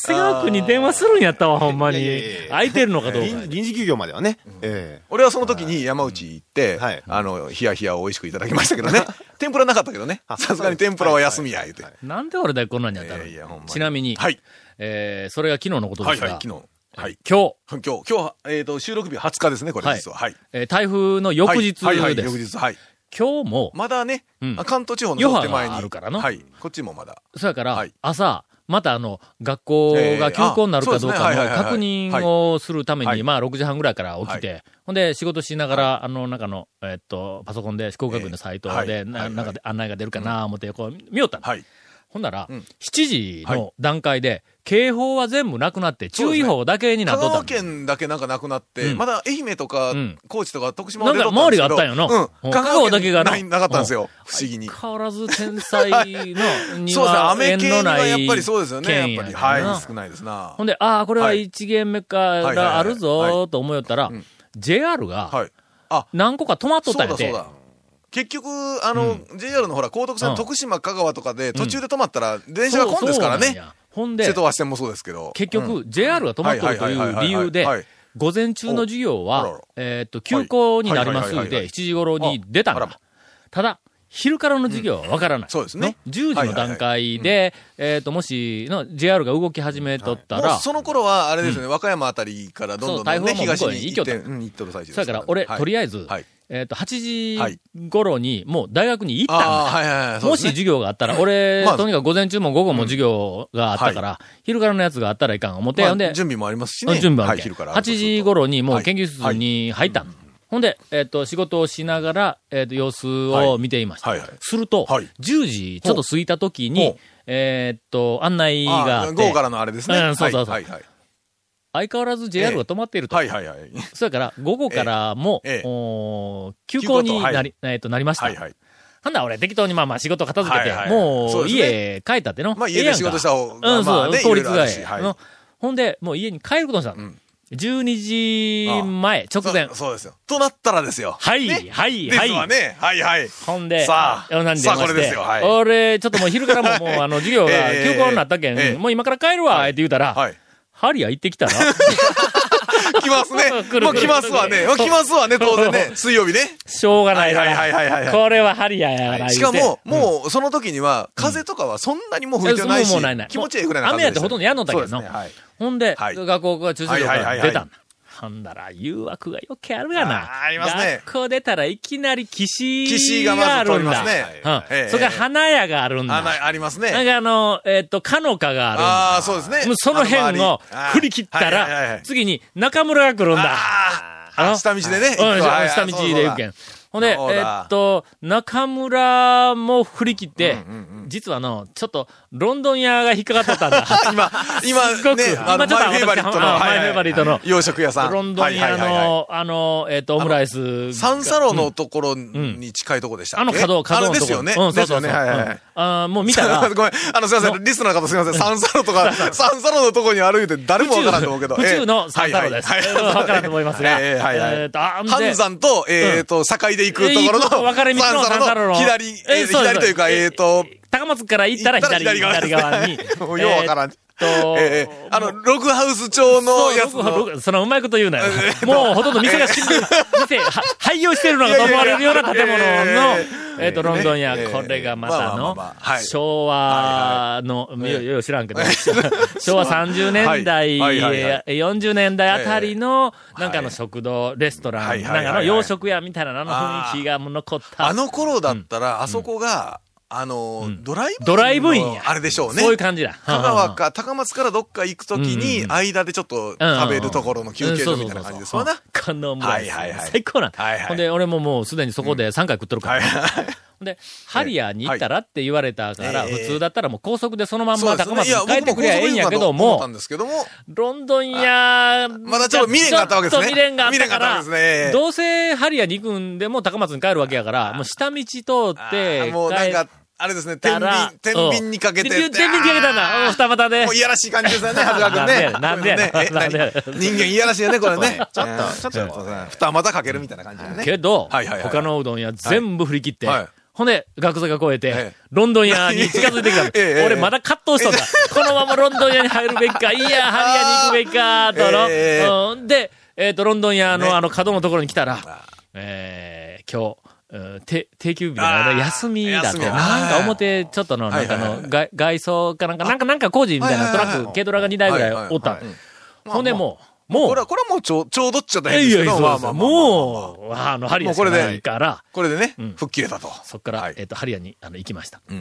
Speaker 1: 長谷川君に電話するんやったわ、ほんまに
Speaker 8: いやいやい。や
Speaker 1: 空いてるのかどうか。
Speaker 8: 臨臨時休業まではね、え
Speaker 3: え俺はその時に山内行って
Speaker 8: はい、
Speaker 3: あの、ヒヤヒヤを美味しくいただきましたけど <laughs> ね。天ぷらなかったけどね。
Speaker 8: あ
Speaker 3: さすがに天ぷらは休みや、言うて
Speaker 8: はい。
Speaker 1: なんで俺だけこんなんやったの
Speaker 3: いやいやほんまに
Speaker 1: ちなみに、
Speaker 3: はい。
Speaker 1: えーそれが昨日のことで
Speaker 3: はい
Speaker 1: す
Speaker 3: はい、
Speaker 1: が、
Speaker 3: 昨日。はい。
Speaker 1: 今日、
Speaker 3: 今日、今日は、えっと、収録日は20日ですね、これ実は。はい。
Speaker 1: えー台風の翌日です。
Speaker 3: はいはいはい、翌日。はい。
Speaker 1: 今日も、
Speaker 3: まだね
Speaker 1: うん、
Speaker 3: あ関東地方のちょっと手前
Speaker 1: 余波
Speaker 3: に。
Speaker 1: があるからな
Speaker 3: はい。こっちもまだ。
Speaker 1: そやから、
Speaker 3: はい
Speaker 1: 朝、またあの、学校が休校になるかどうかの確
Speaker 3: ええあそうですねはいはいはいはい
Speaker 1: 認をするために、
Speaker 3: はい
Speaker 1: まあ6時半ぐらいから起きて、ほんで仕事しながら、あの、中の、えっと、パソコンで、思考学院のサイト
Speaker 3: ええは
Speaker 1: で、
Speaker 3: い
Speaker 1: な
Speaker 3: はい
Speaker 1: なんかで案内が出るかな思って、こう、見よったの、
Speaker 3: はい。
Speaker 1: ほんなら、
Speaker 3: うん
Speaker 1: 7時
Speaker 3: は
Speaker 1: の段階で、警報は全部なくなって、
Speaker 3: そ
Speaker 1: 注
Speaker 3: うです
Speaker 1: 意
Speaker 3: ね
Speaker 1: 報だけにな
Speaker 3: 香
Speaker 1: っとった
Speaker 3: 川
Speaker 1: の。
Speaker 3: 県だけなんかなくなって、
Speaker 1: うん
Speaker 3: まだ愛媛とか、
Speaker 1: うん
Speaker 3: 高知とか徳島
Speaker 1: な
Speaker 3: ま
Speaker 1: ん
Speaker 3: で
Speaker 1: か
Speaker 3: 撮った
Speaker 1: 周りがあ
Speaker 3: け
Speaker 1: っ
Speaker 3: ど
Speaker 1: たんよな。
Speaker 3: う
Speaker 1: うん
Speaker 3: ん。
Speaker 1: 香
Speaker 3: 香
Speaker 1: 川
Speaker 3: 川
Speaker 1: だけ
Speaker 3: 県
Speaker 1: が
Speaker 3: がないなかったんですよ。不思議に。
Speaker 1: 変わらず天才のに
Speaker 3: <laughs> そうですね。
Speaker 1: は
Speaker 3: 雨
Speaker 1: 縁
Speaker 3: 系
Speaker 1: の
Speaker 3: に
Speaker 1: な
Speaker 3: はやっ
Speaker 1: い
Speaker 3: ぱりそうですよね。
Speaker 1: 県
Speaker 3: やっ
Speaker 1: ねんな
Speaker 3: ぱり。はい。少ないですな。
Speaker 1: ほんで、ああ、これは
Speaker 3: はい
Speaker 1: 1ゲーム目からある
Speaker 3: はいはいはい
Speaker 1: ぞーと思いよったら、JR が
Speaker 3: はい。あ、
Speaker 1: 何個か止まっと
Speaker 3: そ
Speaker 1: ったん
Speaker 3: う
Speaker 1: や
Speaker 3: だ
Speaker 1: て
Speaker 3: そうだ。結局、あの、JR のほら、高徳線、
Speaker 1: うん
Speaker 3: 徳島、香川とかで、途中で止まったら、電車が混んですから
Speaker 1: そうそうなん
Speaker 3: ね。
Speaker 1: やほん
Speaker 3: 瀬
Speaker 1: で
Speaker 3: 戸、橋線もそうですけど。
Speaker 1: 結
Speaker 3: うん
Speaker 1: 局、JR が止まっとるという理由で
Speaker 3: はいはいはいはいはいはい、
Speaker 1: 午前中の授業
Speaker 3: おあら
Speaker 1: は
Speaker 3: ら、
Speaker 1: えーっと、休校になりますの
Speaker 3: はいはいはいはいは
Speaker 1: で、
Speaker 3: い
Speaker 1: 7時頃に出たん
Speaker 3: ああら
Speaker 1: だ。ただ、昼からの授業はわからない。
Speaker 3: そうですね
Speaker 1: の10時の段階で、えっと、もし、の、JR が動き始めとった
Speaker 3: も
Speaker 1: ら
Speaker 3: う、その頃は、あれですよね、和歌山あたりからどんどんどん、
Speaker 1: そう台
Speaker 3: ね、
Speaker 1: 風も向
Speaker 3: 東
Speaker 1: こうに
Speaker 3: に
Speaker 1: 行き
Speaker 3: 行って、
Speaker 1: よった
Speaker 3: うん、行っとる最中です
Speaker 1: そやから俺、とりあえず、
Speaker 3: はい
Speaker 1: えっ、と、8
Speaker 3: はい
Speaker 1: 時頃に、もう大学に行ったんだ。
Speaker 3: ああ、はいはいはい。そう
Speaker 1: も
Speaker 3: です
Speaker 1: し
Speaker 3: ね
Speaker 1: 授業があった
Speaker 3: <laughs>
Speaker 1: ら、俺、
Speaker 3: まあ
Speaker 1: とにかく午前中も午後も授業があったから、昼からのやつがあったらいかん思って、
Speaker 3: まあ
Speaker 1: ほんで、
Speaker 3: 準備もありますしね。
Speaker 1: 準備は
Speaker 3: は
Speaker 1: あ
Speaker 3: い、
Speaker 1: るけ
Speaker 3: 昼から。
Speaker 1: 8時頃にも
Speaker 3: は
Speaker 1: う
Speaker 3: い
Speaker 1: 研究室に入ったのほんで、えっ、と、仕事をしながら、えっ、と、様子を見ていました。
Speaker 3: はいはいはい
Speaker 1: すると、
Speaker 3: はい
Speaker 1: 10時ちょっと過ぎた時に
Speaker 3: ほう、
Speaker 1: えっ、と、案内があ
Speaker 3: あ
Speaker 1: っ
Speaker 3: ー午後
Speaker 1: て
Speaker 3: か、らのあれですね。
Speaker 1: うんそうそうそう
Speaker 3: はいはいはい。
Speaker 1: 相変わらず JR が止まっていると。
Speaker 3: はいはいはい。
Speaker 1: それから、午後からも、
Speaker 3: ええ
Speaker 1: おー休校になり、えっと、なりました。
Speaker 3: はいはい。
Speaker 1: なんだ、俺、適当にまあまあ仕事片付けて、
Speaker 3: はいはいそ
Speaker 1: もう
Speaker 3: うですね
Speaker 1: 家帰ったっての。
Speaker 3: まあ
Speaker 1: ええ
Speaker 3: 家
Speaker 1: やん
Speaker 3: で
Speaker 1: か
Speaker 3: 仕事した方
Speaker 1: う
Speaker 3: が、
Speaker 1: ん、
Speaker 3: ま
Speaker 1: そ
Speaker 3: あ
Speaker 1: う、
Speaker 3: ね、
Speaker 1: 効率
Speaker 3: いろいろあ
Speaker 1: が
Speaker 3: る
Speaker 1: ええ
Speaker 3: し。はい。
Speaker 1: のほんで、もう家に帰ることにしたの。
Speaker 3: ん
Speaker 1: 12時前、直前
Speaker 3: そ。そうですよ。となったらですよ。
Speaker 1: はい、
Speaker 3: ね
Speaker 1: はい、
Speaker 3: です
Speaker 1: は
Speaker 3: わ
Speaker 1: い。
Speaker 3: ね。はいはい。
Speaker 1: ほんで、
Speaker 3: さあ
Speaker 1: あなんで
Speaker 3: さあ
Speaker 1: まして
Speaker 3: これですよはい
Speaker 1: 俺、ちょっともう昼から
Speaker 3: <laughs>
Speaker 1: ももう、あの、授業が
Speaker 3: ええ
Speaker 1: 休校になったけん、
Speaker 3: ええ
Speaker 1: もう今から帰るわ、って言うたら、
Speaker 3: はい。
Speaker 1: ハリア行ってき
Speaker 3: <laughs>
Speaker 1: たら、
Speaker 3: 来ますね
Speaker 1: <laughs> 来る来。る
Speaker 3: まあ来ますわね。まあ来ますわね、当
Speaker 1: <laughs>
Speaker 3: 然ね。水曜日ね。
Speaker 1: しょうがないな。
Speaker 3: はいはいはいはいはい
Speaker 1: これはハリアやな、
Speaker 3: し
Speaker 1: 言
Speaker 3: か
Speaker 1: うて
Speaker 3: も、もうその時には、風とかはそんなにもう吹いてないし
Speaker 1: そうもうないない、
Speaker 3: 気持ちいいぐらいな感
Speaker 1: 雨
Speaker 3: じ
Speaker 1: やっ
Speaker 3: で
Speaker 1: て
Speaker 3: す
Speaker 1: ほとんどやんのだけどな
Speaker 3: そうですねはい
Speaker 1: ほんで、
Speaker 3: はい
Speaker 1: 学校が駐車場か
Speaker 3: はいはい
Speaker 1: ら
Speaker 3: はいはい
Speaker 1: 出たんだ。ほんだら、誘惑が余計あるがな。
Speaker 3: あーありますね
Speaker 1: 学校出たらいきなり岸
Speaker 3: 岸
Speaker 1: が
Speaker 3: が
Speaker 1: あ
Speaker 3: まず
Speaker 1: る
Speaker 3: 通
Speaker 1: ん
Speaker 3: り
Speaker 1: だ。
Speaker 3: ますね
Speaker 1: うん
Speaker 3: ええ
Speaker 1: それから花屋があるんだ。
Speaker 3: あなあります
Speaker 1: なん
Speaker 3: ね。
Speaker 1: かあの、えっ、と、かのかがあるんだ。
Speaker 3: ああ、そうですね
Speaker 1: もう。その辺を振り切った
Speaker 3: あの周りはいはいはいは
Speaker 1: ら
Speaker 3: い、
Speaker 1: 次に中村が来るんだ。
Speaker 3: あ
Speaker 1: あの
Speaker 3: あ、下道でね。
Speaker 1: うん、
Speaker 3: 行くわ
Speaker 1: 下道で行くけ。ん。ほんで、え
Speaker 3: そうだ
Speaker 1: ーっと、中村も振り切って、実はあの、ちょっと、ロンドン屋が引っかかっとったんだ。
Speaker 3: あそうだ <laughs> 今、
Speaker 1: すごく
Speaker 3: 今、ね、あ
Speaker 1: 今
Speaker 3: の、
Speaker 1: ちょっと
Speaker 3: マイフェイバリットの、
Speaker 1: あ
Speaker 3: は
Speaker 1: マ
Speaker 3: いはい
Speaker 1: イフェイバリットの
Speaker 3: 洋食屋さん。
Speaker 1: ロンドン屋
Speaker 3: はいはいはいはい
Speaker 1: の、あの、えーっと、オムライス。
Speaker 3: サンサロのところに近いとこでしたっ
Speaker 1: あ
Speaker 3: け
Speaker 1: の角、角のとこ
Speaker 3: あれですよね。
Speaker 1: うん、そう
Speaker 3: です
Speaker 1: そうそう。
Speaker 3: よね。はいはいは
Speaker 1: うん
Speaker 3: い。
Speaker 1: あーもう見たら、
Speaker 3: <laughs> ごめん。あの、すいません。リスナーの方すいません。サンサロ
Speaker 1: <laughs>
Speaker 3: とか、サンサロのとこに歩いて誰もわからんと思うけど。
Speaker 1: 宇宙のサンサロです。
Speaker 3: はい
Speaker 1: え
Speaker 3: はい
Speaker 1: ー
Speaker 3: はい
Speaker 1: わからんと思いますが。
Speaker 3: ええはいはい
Speaker 1: えーっと、あんで
Speaker 3: <laughs> 半山と、えっと、境で行くところ
Speaker 1: 行く
Speaker 3: の、
Speaker 1: 分かれ道の
Speaker 3: 三
Speaker 1: 三叉
Speaker 3: 叉
Speaker 1: 路
Speaker 3: 路
Speaker 1: の
Speaker 3: の左、
Speaker 1: え
Speaker 3: え
Speaker 1: ー
Speaker 3: ー
Speaker 1: そうです
Speaker 3: 左というか、
Speaker 1: えー
Speaker 3: えっと、
Speaker 1: 高松から行ったら左、
Speaker 3: 行ったら
Speaker 1: 左
Speaker 3: 左
Speaker 1: 側
Speaker 3: 側
Speaker 1: に
Speaker 3: ですね。 <laughs> もうようわからん
Speaker 1: えーっと
Speaker 3: ええ、あの、ログハウス調のやつ
Speaker 1: そうロ
Speaker 3: の
Speaker 1: グ、ログそのうまいこと言うなよ
Speaker 3: えっ。と
Speaker 1: もうほとんど店が死んでる、店、は廃業してるのかと思われるような建物の、
Speaker 3: ええ
Speaker 1: えっと、ロンドンや
Speaker 3: ええ
Speaker 1: これがまた
Speaker 3: まあ
Speaker 1: の
Speaker 3: まあまあまあは、い
Speaker 1: 昭和の、いよいよ知らんけど、昭和30年代、
Speaker 3: はいはいはいは
Speaker 1: 40年代あたりの、なんか
Speaker 3: は
Speaker 1: の
Speaker 3: い
Speaker 1: 食堂、レストラ
Speaker 3: は
Speaker 1: ン、
Speaker 3: いはい
Speaker 1: な
Speaker 3: は
Speaker 1: ん
Speaker 3: い
Speaker 1: か
Speaker 3: は
Speaker 1: の
Speaker 3: い
Speaker 1: 洋食屋みたいなの雰囲気がもう残った。
Speaker 3: あの頃だったら、あそこが、あの、ドライブ
Speaker 1: ドライブインや
Speaker 3: のあれでしょうね。
Speaker 1: そういう感じだ。
Speaker 3: 香川か、高松からどっか行くとき
Speaker 1: うんうん
Speaker 3: に、
Speaker 1: うん
Speaker 3: 間でちょっと食べるところの休憩所みたいな感じですわな。
Speaker 1: このオムライス
Speaker 3: はいはいはい
Speaker 1: 最高なんだ
Speaker 3: はいはい
Speaker 1: ほんで、俺ももうすでにそこで3回食っとるか
Speaker 3: はい
Speaker 1: ら。
Speaker 3: はい。
Speaker 1: ほんで、ハリアーに行ったらって言われたから、
Speaker 3: はいええ
Speaker 1: 普通だったらもう高速でそのまん
Speaker 3: そ
Speaker 1: ま
Speaker 3: うです
Speaker 1: 高
Speaker 3: ね。
Speaker 1: 松
Speaker 3: いや、
Speaker 1: に帰っ
Speaker 3: 僕
Speaker 1: て
Speaker 3: も
Speaker 1: くりゃええんやけど
Speaker 3: 思った
Speaker 1: も
Speaker 3: ん、ですけども、
Speaker 1: ロンドンや、
Speaker 3: まだちょっと未練があったわけですね
Speaker 1: ちょっと未練があったから、
Speaker 3: 未練があったわけですねええ
Speaker 1: どうせハリアーに行くんでも高松に帰るわけやから、もう下道通って、
Speaker 3: あもうなん
Speaker 1: 帰
Speaker 3: か、あれですね、
Speaker 1: った
Speaker 3: 天秤
Speaker 1: ら、
Speaker 3: 天秤にかけて。
Speaker 1: うん天秤にかけたんだ。もう二股で。
Speaker 3: もういやらしい感じですよね、長谷川君ね。
Speaker 1: <laughs> なんでやねんなんでやねんなんでやねん
Speaker 3: これねえ何 <laughs> 人間いやらしいよね、これね。
Speaker 8: ちょっと、ちょっと、
Speaker 3: 二股かけるみたいな感じでね。
Speaker 1: けど、
Speaker 3: はいはいはいはい
Speaker 1: 他のうどん屋全部振り切って、
Speaker 3: はい
Speaker 1: ほんで、学座が超えて、
Speaker 3: ええ
Speaker 1: ロンドン屋に近づいてきたの
Speaker 3: <laughs> 。ええええ
Speaker 1: 俺まだ葛藤しとった。このままロンドン屋に入るべきか、いや、ハリアに行くべきか、との。
Speaker 3: ええ
Speaker 1: うんで、えっ、と、ロンドン屋の
Speaker 3: ね
Speaker 1: あの角のところに来たら、
Speaker 3: あ
Speaker 1: えー今日、うんて定休日の間
Speaker 3: あー
Speaker 1: 休みだって、
Speaker 3: 休みだ
Speaker 1: なんか表、ちょっとの、なんか
Speaker 3: はいはいは
Speaker 1: の、外外装かなんか、なんか、なんか工事みたいな
Speaker 3: はい
Speaker 1: ト
Speaker 3: はいはい
Speaker 1: ラック、軽トラが2台ぐらいおった。
Speaker 3: はいはいはい
Speaker 1: ほんでもう、もう
Speaker 3: これ、は、これはもうちょう、ちょうどっちゃった
Speaker 1: いや
Speaker 3: 変
Speaker 1: い
Speaker 3: です
Speaker 1: や
Speaker 3: け
Speaker 1: いや、
Speaker 3: ど、
Speaker 1: そうです
Speaker 3: もう、
Speaker 1: もう、あの、ハリアしかないから、
Speaker 3: これでね
Speaker 1: ん、
Speaker 3: 吹っ切れたと。
Speaker 1: そっから、
Speaker 3: はい
Speaker 1: えっ、と、ハリアにあの行きました。う
Speaker 3: うん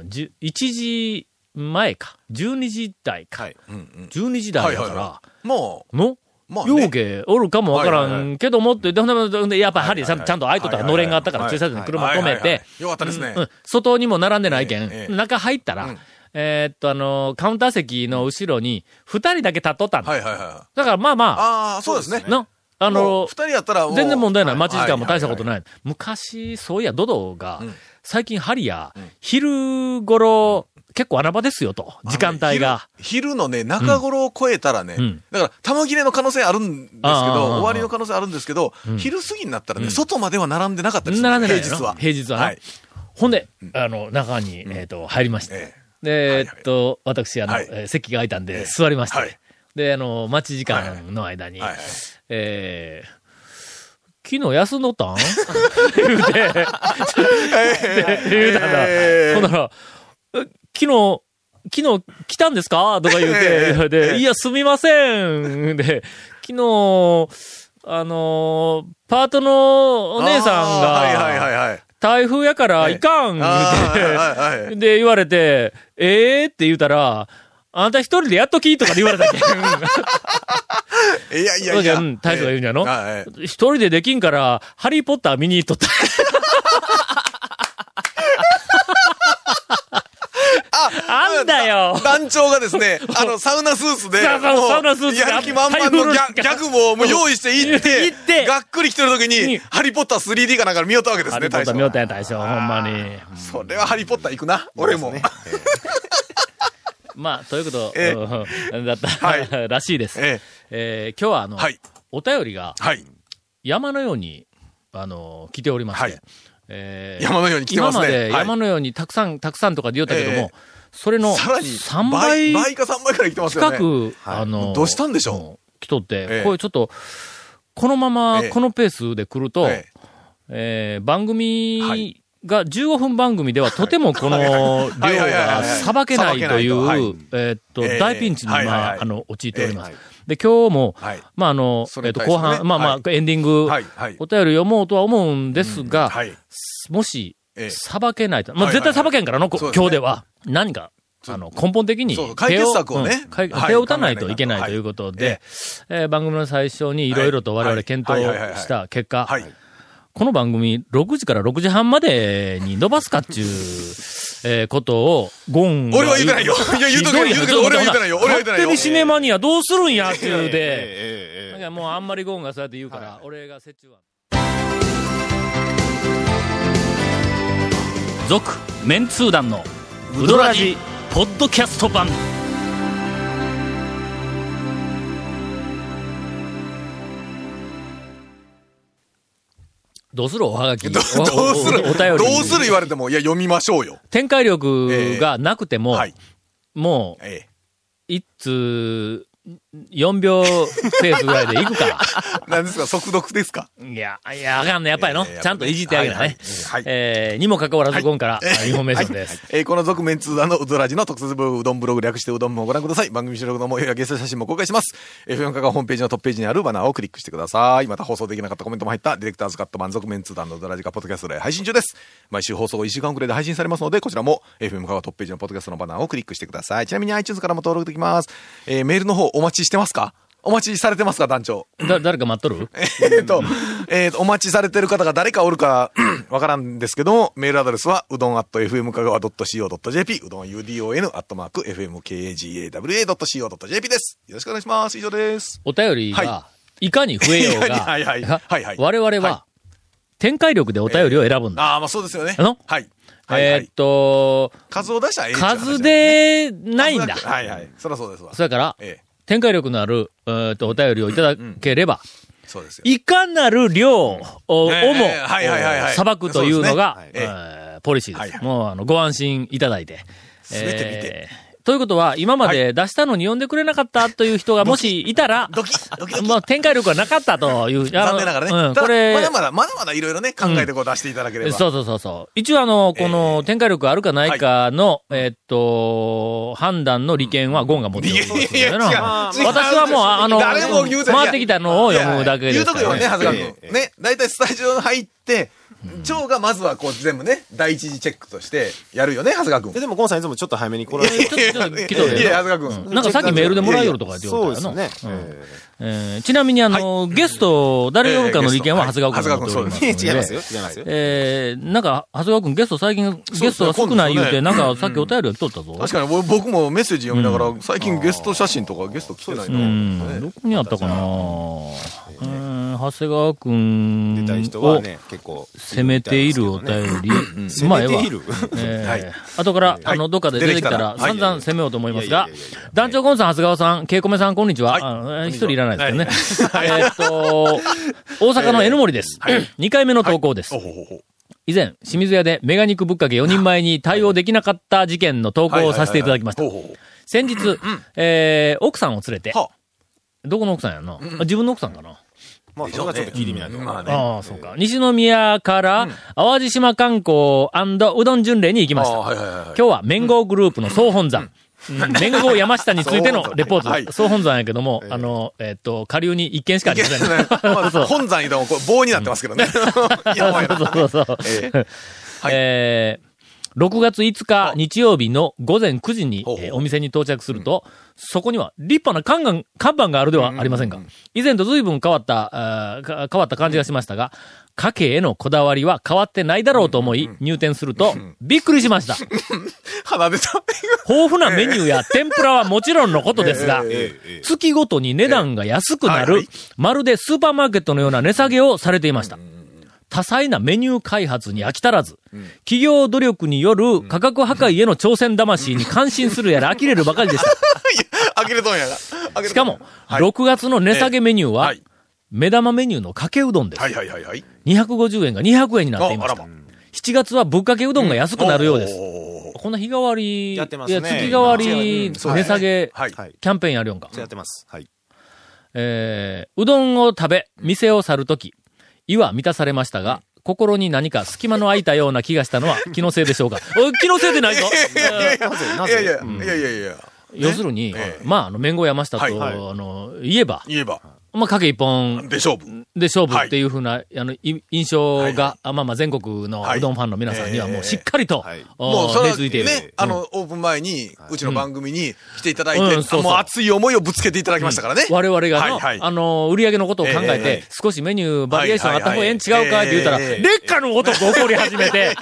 Speaker 1: ーん、じゅ1時前か、12時台か、
Speaker 8: はい
Speaker 3: うんうん
Speaker 1: 12時台だから、
Speaker 3: はいはいはも
Speaker 1: の、
Speaker 3: う、まあ
Speaker 1: よう
Speaker 3: ね。
Speaker 1: けおるかもわから
Speaker 3: はいはい
Speaker 1: んけどもって、で、ほんでほんで、やっぱハリアちゃん
Speaker 3: はいはいはい
Speaker 1: ちゃんと開いとったから、のれんがあったから、
Speaker 3: はいは
Speaker 1: 駐車
Speaker 3: い
Speaker 1: 場に車止め
Speaker 3: はいはい
Speaker 1: て
Speaker 3: は、いよかったですね
Speaker 1: う。ん、外にも並んでないけん、
Speaker 3: ええええ
Speaker 1: 中入ったら、
Speaker 3: うん
Speaker 1: えーっと、あの、カウンター席の後ろに、二人だけ立っとったんだ。
Speaker 3: はいはいはい。
Speaker 1: だから、まあまあ、
Speaker 3: ああ、そうですね。
Speaker 1: の、あ
Speaker 3: あ
Speaker 1: の、
Speaker 3: 二人やったらもう、
Speaker 1: 全然問題ない。
Speaker 3: は
Speaker 1: 待ち時間も大したこと
Speaker 3: い。
Speaker 1: ない。昔、そういや、ドドが、
Speaker 3: うん
Speaker 1: 最近ハリア、昼頃、結構穴場ですよと、時間帯が。
Speaker 3: 昼のね、中頃を超えたらね、
Speaker 1: うん
Speaker 3: だから、玉切れの可能性あるんですけど、
Speaker 1: ああああああ
Speaker 3: 終わりの可能性あるんですけど、
Speaker 1: ん
Speaker 3: 昼過ぎになったらね、
Speaker 1: うん
Speaker 3: 外までは並んでなかったでする
Speaker 1: 並んでないよな
Speaker 3: 平日は。
Speaker 1: 平日はな
Speaker 3: はい。
Speaker 1: ほんで、あの、中に、えっ、と、入りました。
Speaker 3: ええ
Speaker 1: で、
Speaker 3: は
Speaker 1: え
Speaker 3: いはい
Speaker 1: っと、私、あの、
Speaker 3: はい
Speaker 1: えー席が空いたんで、
Speaker 3: ええ
Speaker 1: 座りました、
Speaker 3: はい
Speaker 1: で、あの、待ち時間の間に、
Speaker 3: はいはい
Speaker 1: えー昨日休んどったん <laughs> 言うて、で言うたんだ。ほんなら、え昨日、昨日来たんですかとか言うて、で、いや、すみません。で、昨日、あのーパートのお姉さんが、
Speaker 3: あーはいはいはいはい。
Speaker 1: 台風やからいかん、
Speaker 3: あー
Speaker 1: 言
Speaker 3: はいうはい
Speaker 1: <laughs> て、
Speaker 3: はい。
Speaker 1: で、言われて、ええー、って言うたら、あんた一人でやっときとかで言われたけん。
Speaker 3: いやいや
Speaker 1: そう
Speaker 3: い
Speaker 1: じゃ
Speaker 3: や。
Speaker 1: ん、大将が言うんやろ、
Speaker 3: はいはい
Speaker 1: 一人でできんから、ハリーポッター見に行っとっ
Speaker 3: <laughs>
Speaker 1: た。あんだよ
Speaker 3: 団長がで
Speaker 1: <laughs>
Speaker 3: すね、あの、サウナスーツで、
Speaker 1: そうそう
Speaker 3: もう
Speaker 1: サウナスーツで
Speaker 3: やる気満々のギ
Speaker 1: ハリ
Speaker 3: ャ
Speaker 1: ーフル
Speaker 3: ギャグももう用意して行って、
Speaker 1: <laughs> 行って
Speaker 3: がっくり来てる時
Speaker 1: に
Speaker 3: に、ハリーポッター 3D かなんか見よったわけです
Speaker 1: ハリ
Speaker 3: ね、
Speaker 1: ーポッ
Speaker 3: 大
Speaker 1: タ
Speaker 3: 将
Speaker 1: ー見。よったんや、大将、ほんまに。
Speaker 3: それはハリーポッター行くな、俺も。
Speaker 1: まあ、ということ、
Speaker 3: え
Speaker 1: うんだった、
Speaker 3: <laughs>
Speaker 1: <laughs>
Speaker 3: は
Speaker 1: らしいです。
Speaker 3: <laughs> え
Speaker 1: え
Speaker 3: え
Speaker 1: ー今日はあの、
Speaker 3: はい
Speaker 1: お便りが
Speaker 3: はい。
Speaker 1: 山のように、あの、来ておりまして、
Speaker 3: はい
Speaker 1: えー
Speaker 3: 山のように来てますね
Speaker 1: 今まで
Speaker 3: はい
Speaker 1: 山のようにたくさん、たくさんとかで言ったけども、
Speaker 3: ええ
Speaker 1: それの
Speaker 3: さらに、
Speaker 1: 3倍
Speaker 3: 倍倍か3倍からい来てますよ
Speaker 1: 近
Speaker 3: ね。
Speaker 1: く、
Speaker 8: はい
Speaker 1: あの、
Speaker 3: どうしたんでしょう
Speaker 1: も来とって、
Speaker 3: ええ
Speaker 1: これちょっと、このまま、
Speaker 3: ええ
Speaker 1: このペースで来ると、え
Speaker 3: ええ
Speaker 1: ー番
Speaker 3: は
Speaker 1: 組
Speaker 3: い
Speaker 1: が、15分番組ではとてもこの量
Speaker 3: <laughs> はいはいはい
Speaker 1: が
Speaker 3: はい
Speaker 1: さばけないという、
Speaker 3: はい
Speaker 1: えーっと、
Speaker 3: ええ
Speaker 1: 大ピンチに今、
Speaker 3: はいはいはい
Speaker 1: あの、陥っております。
Speaker 3: え
Speaker 1: で、今日も、
Speaker 3: はい
Speaker 1: まあ、あの、え
Speaker 3: それ
Speaker 1: ーっ
Speaker 3: に
Speaker 1: と、
Speaker 3: 対して
Speaker 1: 後
Speaker 3: ね
Speaker 1: 半、まあまあ、エンディング、
Speaker 3: はいはい
Speaker 1: お便り読もうとは思うんですが、
Speaker 3: はい。
Speaker 1: もし
Speaker 3: え、え
Speaker 1: さばけないと、まあ、
Speaker 3: はい
Speaker 1: 絶対さばけんからの、こ
Speaker 3: そうですね
Speaker 1: 今日では、何か、あの、根本的に
Speaker 3: そうそう
Speaker 1: 手
Speaker 3: 解決策をね
Speaker 1: うん解
Speaker 3: はい
Speaker 1: 手を打たないと
Speaker 3: 考えないいと
Speaker 1: けない
Speaker 3: はい
Speaker 1: ということで、えー番組の最初にいろいろと我
Speaker 3: は
Speaker 1: 々
Speaker 3: い
Speaker 1: 検討
Speaker 3: はいはいはいはい
Speaker 1: した結果、
Speaker 3: はい。
Speaker 1: この番組6時から6時半までに伸ばすか
Speaker 3: <laughs>
Speaker 1: っていう、えーことを、ゴンが。
Speaker 3: 俺は言うてないよ。いや、言うとけ、言うとけ、俺は言うてないよ。俺は言うて
Speaker 1: 勝
Speaker 3: ない
Speaker 1: 手
Speaker 3: よ。
Speaker 1: にシネマニアどうするんやっていうで、
Speaker 8: ええええええ
Speaker 1: なんかもうあんまりゴンがそうやって言うから、俺が折衷は。
Speaker 7: 続メンツー団のウドラジポッドキャスト版
Speaker 1: どうするおはがき。
Speaker 3: ど
Speaker 1: お
Speaker 3: どうする
Speaker 1: おおお便
Speaker 3: ど
Speaker 1: り。
Speaker 3: うする言われても、いや、読みましょうよ。
Speaker 1: 展開力がなくても、
Speaker 3: はい。
Speaker 1: もう、
Speaker 3: ええ。
Speaker 1: 一通、4秒ペースぐらいでいく
Speaker 3: <laughs>
Speaker 1: か。
Speaker 3: 何ですか、速読ですか
Speaker 1: いや、いや、あかんね、やっぱりの。
Speaker 3: ええ
Speaker 1: ちゃんといじってあげなね。
Speaker 3: はいはい
Speaker 1: えーにもかかわらず、今から、インフォメーションです。
Speaker 3: えーこの続面通談のうどらじの特設ブログ、うどんブログ略してうどんもご覧ください。番組収録の模様やゲスト写真も公開します。F4 課がホームページのトップページにあるバナーをクリックしてください。また放送できなかったコメントも入ったディレクターズカット満足面通談のうどらじがポッドキャストで配信中です。毎週放送後1週間遅れで配信されますので、こちらも FM 課がトップページのポッドキャストのバナーをクリックしてください。ちなみに iTunes からも登録できます。えーメールの方お待ちしてますかお待ちされてますか団長。
Speaker 1: だ、誰か待っとる
Speaker 3: <laughs> えっと、えっと、お待ちされてる方が誰かおるか、わからんですけども、メールアドレスは、うどん at fm 香川 .co.jp、うどん udon アットマーク fmkagawa.co.jp です。よろしくお願いします。以上です。
Speaker 1: お便りが
Speaker 3: はい
Speaker 1: かに増えようが、
Speaker 3: <laughs> はいはいはいはいはい
Speaker 1: 我々は
Speaker 3: は、
Speaker 1: 展開力でお便りを選ぶんだ。
Speaker 3: ああ、まあそうですよね。
Speaker 1: あの
Speaker 3: はい。はい、は
Speaker 1: えーっ
Speaker 3: い。
Speaker 1: と、
Speaker 3: 数を出したらええって話だね
Speaker 1: 数、でないんだ。
Speaker 3: 数はいはい。そりゃそうですわ。
Speaker 1: それから、
Speaker 3: ええ、
Speaker 1: 展開力のある、えーっと、お便りをいただければ、
Speaker 3: そうですよ。
Speaker 1: いかなる量ををも、
Speaker 3: ええはいはいはいはい
Speaker 1: さばくというのが、
Speaker 3: そうですねはい
Speaker 1: えーポリシーです。
Speaker 3: はいはい
Speaker 1: もう、あの、ご安心いただいて。
Speaker 3: 全て見
Speaker 1: え
Speaker 3: て
Speaker 1: ーということは、今まで出したのに呼んでくれなかったという人がもしいたら、
Speaker 3: ドキッ、ドキドキ。
Speaker 1: もう展開力がなかったという。
Speaker 3: <laughs> 残念ながらね。
Speaker 1: あのうん、
Speaker 3: ただ
Speaker 1: これ、
Speaker 3: まだまだ、まだまだいろいろね、考えてこう出していただければ。
Speaker 1: そうそうそうそう。一応あの、この展開力あるかないかの、えーっと、判断の利権はゴンが持ってるんですよね。
Speaker 3: いやいや違う
Speaker 1: 私はもう、あの、
Speaker 3: 誰も言うてない
Speaker 1: 回ってきたのを読むだけです
Speaker 3: 言う
Speaker 1: か
Speaker 3: と
Speaker 1: ら
Speaker 3: くよね、はずが
Speaker 8: ええええ
Speaker 3: ね、大体スタジオに入って、長がまずはこう全部ね、第一次チェックとしてやるよね、はずが君
Speaker 8: で。でも、ゴンさんいつもちょっと早めに来られ
Speaker 1: ちょ
Speaker 8: る。
Speaker 1: っと、ちょっと、来とる
Speaker 3: いや、はずが
Speaker 1: う
Speaker 3: 君。
Speaker 1: なんかさっきメールでもらえよるとかって言
Speaker 8: そうう
Speaker 1: た
Speaker 8: で
Speaker 1: よ
Speaker 8: す
Speaker 1: な
Speaker 8: よね。え
Speaker 1: えーちなみにあの、ゲストを誰呼ぶかの利権は
Speaker 3: え
Speaker 1: 長
Speaker 3: ーゲス
Speaker 1: 谷
Speaker 3: ト
Speaker 1: 川君が持っております
Speaker 8: え
Speaker 1: の
Speaker 3: は
Speaker 1: で。
Speaker 8: 違いますよ。違いますよ。
Speaker 1: えーなんか、長谷川君ゲスト最近、ゲストが少ない言うて、
Speaker 3: そうですね
Speaker 1: なんかさっきお便りが来とったぞ。
Speaker 3: 確かに俺僕もメッセージ読みながら、最近ゲスト写真とかゲスト来てないな。
Speaker 1: うん、どこにあったかな、えー長谷川君
Speaker 8: 出たい人
Speaker 1: を
Speaker 8: はね、結構。
Speaker 1: 攻めているお便り。
Speaker 8: 攻めている。
Speaker 1: えー
Speaker 3: はい
Speaker 1: 後から、あ
Speaker 3: は
Speaker 1: の、
Speaker 3: い
Speaker 1: どっかで出てきたら、
Speaker 3: 出てきたら
Speaker 1: 散々攻めようと思いますが
Speaker 8: いやいやいやいやい、
Speaker 1: 団長コンさん、長谷川さん、ケイコメさん、こんにちは。あのえー一人いらないですけど <laughs> ね。えーっと、大阪の N 森です。2回目の投稿です
Speaker 3: お。ほほほ
Speaker 1: 以前、清水屋でメガ肉ぶっかけ4人前に対応できなかった事件の投稿をさせていただきました
Speaker 3: ほう。ほうほう
Speaker 1: 先日、えー奥さんを連れて
Speaker 3: はあ、
Speaker 1: どこの奥さんやんなあ自分の奥さんかな
Speaker 8: まあ、それがちょっと切り身なんで。
Speaker 3: まあね。
Speaker 1: ああ、そうか。西宮から、淡路島観光うどん巡礼に行きました。
Speaker 3: ああはいはいはいはい
Speaker 1: 今日は、綿号グループの総本山。うん綿号山下についてのレポート。
Speaker 3: はい
Speaker 1: 総本山やけども、あの、えっ、と、下流に一軒しかありません。
Speaker 3: まあ本山移動もこう棒になってますけどね。やばいな。
Speaker 1: そうそうそう。
Speaker 3: えはい
Speaker 1: えー6月5日日曜日の午前9時に
Speaker 3: ほうほう
Speaker 1: えーお店に到着すると、そこには立派な看板看板があるではありませんか。以前と随分変わった、あーか変わった感じがしましたが、家計へのこだわりは変わってないだろうと思い入店すると、びっくりしま
Speaker 3: <laughs>
Speaker 1: した。
Speaker 3: 鼻出た。
Speaker 1: 豊富なメニューや天ぷらはもちろんのことです <laughs> が、月ごとに値段が安くな
Speaker 3: ええは
Speaker 1: る
Speaker 3: い、
Speaker 1: まるでスーパーマーケットのような値下げをされていました。多彩なメニュー開発に飽き足らず、企業努力による価格破壊への挑戦魂に感心するやら呆れるばかりでした。
Speaker 3: 開けるとんやが。開けるとん
Speaker 1: しかも、
Speaker 3: はい
Speaker 1: 6月の値下げメニューは
Speaker 3: はい、
Speaker 1: 目玉メニューのかけうどんです
Speaker 3: は。いはいはいはい。
Speaker 1: 250円が200円になっていました
Speaker 3: ああらま。
Speaker 1: 7月はぶっかけうどんが安くなるようです。
Speaker 3: おー
Speaker 1: こんな日替わり、
Speaker 8: やってますね
Speaker 1: いや月替わり
Speaker 8: 今
Speaker 1: 値下げ
Speaker 3: はい。
Speaker 8: はい。
Speaker 1: キャンペーンやるよんか。
Speaker 8: そうやってます。はい。
Speaker 1: えーうどんを食べ、店を去るとき、胃は満たされましたが、心に何か隙間の空いたような気がしたのは
Speaker 3: <laughs>
Speaker 1: 気のせいでしょうか。お気のせいでないぞ
Speaker 8: なぜ、ない
Speaker 3: や
Speaker 8: ぜ
Speaker 3: いや、いやいやいや、
Speaker 1: 要するに、
Speaker 3: ええ
Speaker 1: まあ、あの、面後山下と、
Speaker 3: はいはい
Speaker 1: あの、言えば、
Speaker 3: 言えば、
Speaker 1: まあ、かけ一本
Speaker 3: で勝負。
Speaker 1: で勝負っていうふうな、あの、い印象が、
Speaker 3: はいは
Speaker 1: あまあまあ、全国の
Speaker 3: はいう
Speaker 1: どんファンの皆さんにはもう
Speaker 3: ええ
Speaker 1: しっかりと、
Speaker 8: はい
Speaker 1: お
Speaker 3: もうそれ
Speaker 1: 根
Speaker 3: は
Speaker 1: 付いている。
Speaker 3: ね、あの、オープン前に、うちの番組に来ていただい
Speaker 1: うんうん
Speaker 3: て、
Speaker 1: そうそう
Speaker 3: もう熱い思いをぶつけていただきましたからね。
Speaker 1: 我々がの、
Speaker 3: はいはい
Speaker 1: あの、売り上げのことを考
Speaker 3: え
Speaker 1: え
Speaker 3: え
Speaker 1: て
Speaker 3: ええ、
Speaker 1: 少しメニューバリエーションあった方がええん違
Speaker 3: は
Speaker 1: う
Speaker 3: い
Speaker 1: か
Speaker 3: は
Speaker 1: っ
Speaker 3: いはい
Speaker 1: て言うたら、
Speaker 3: ええええ
Speaker 1: 劣化のごとく怒り始め
Speaker 3: <laughs>
Speaker 1: て、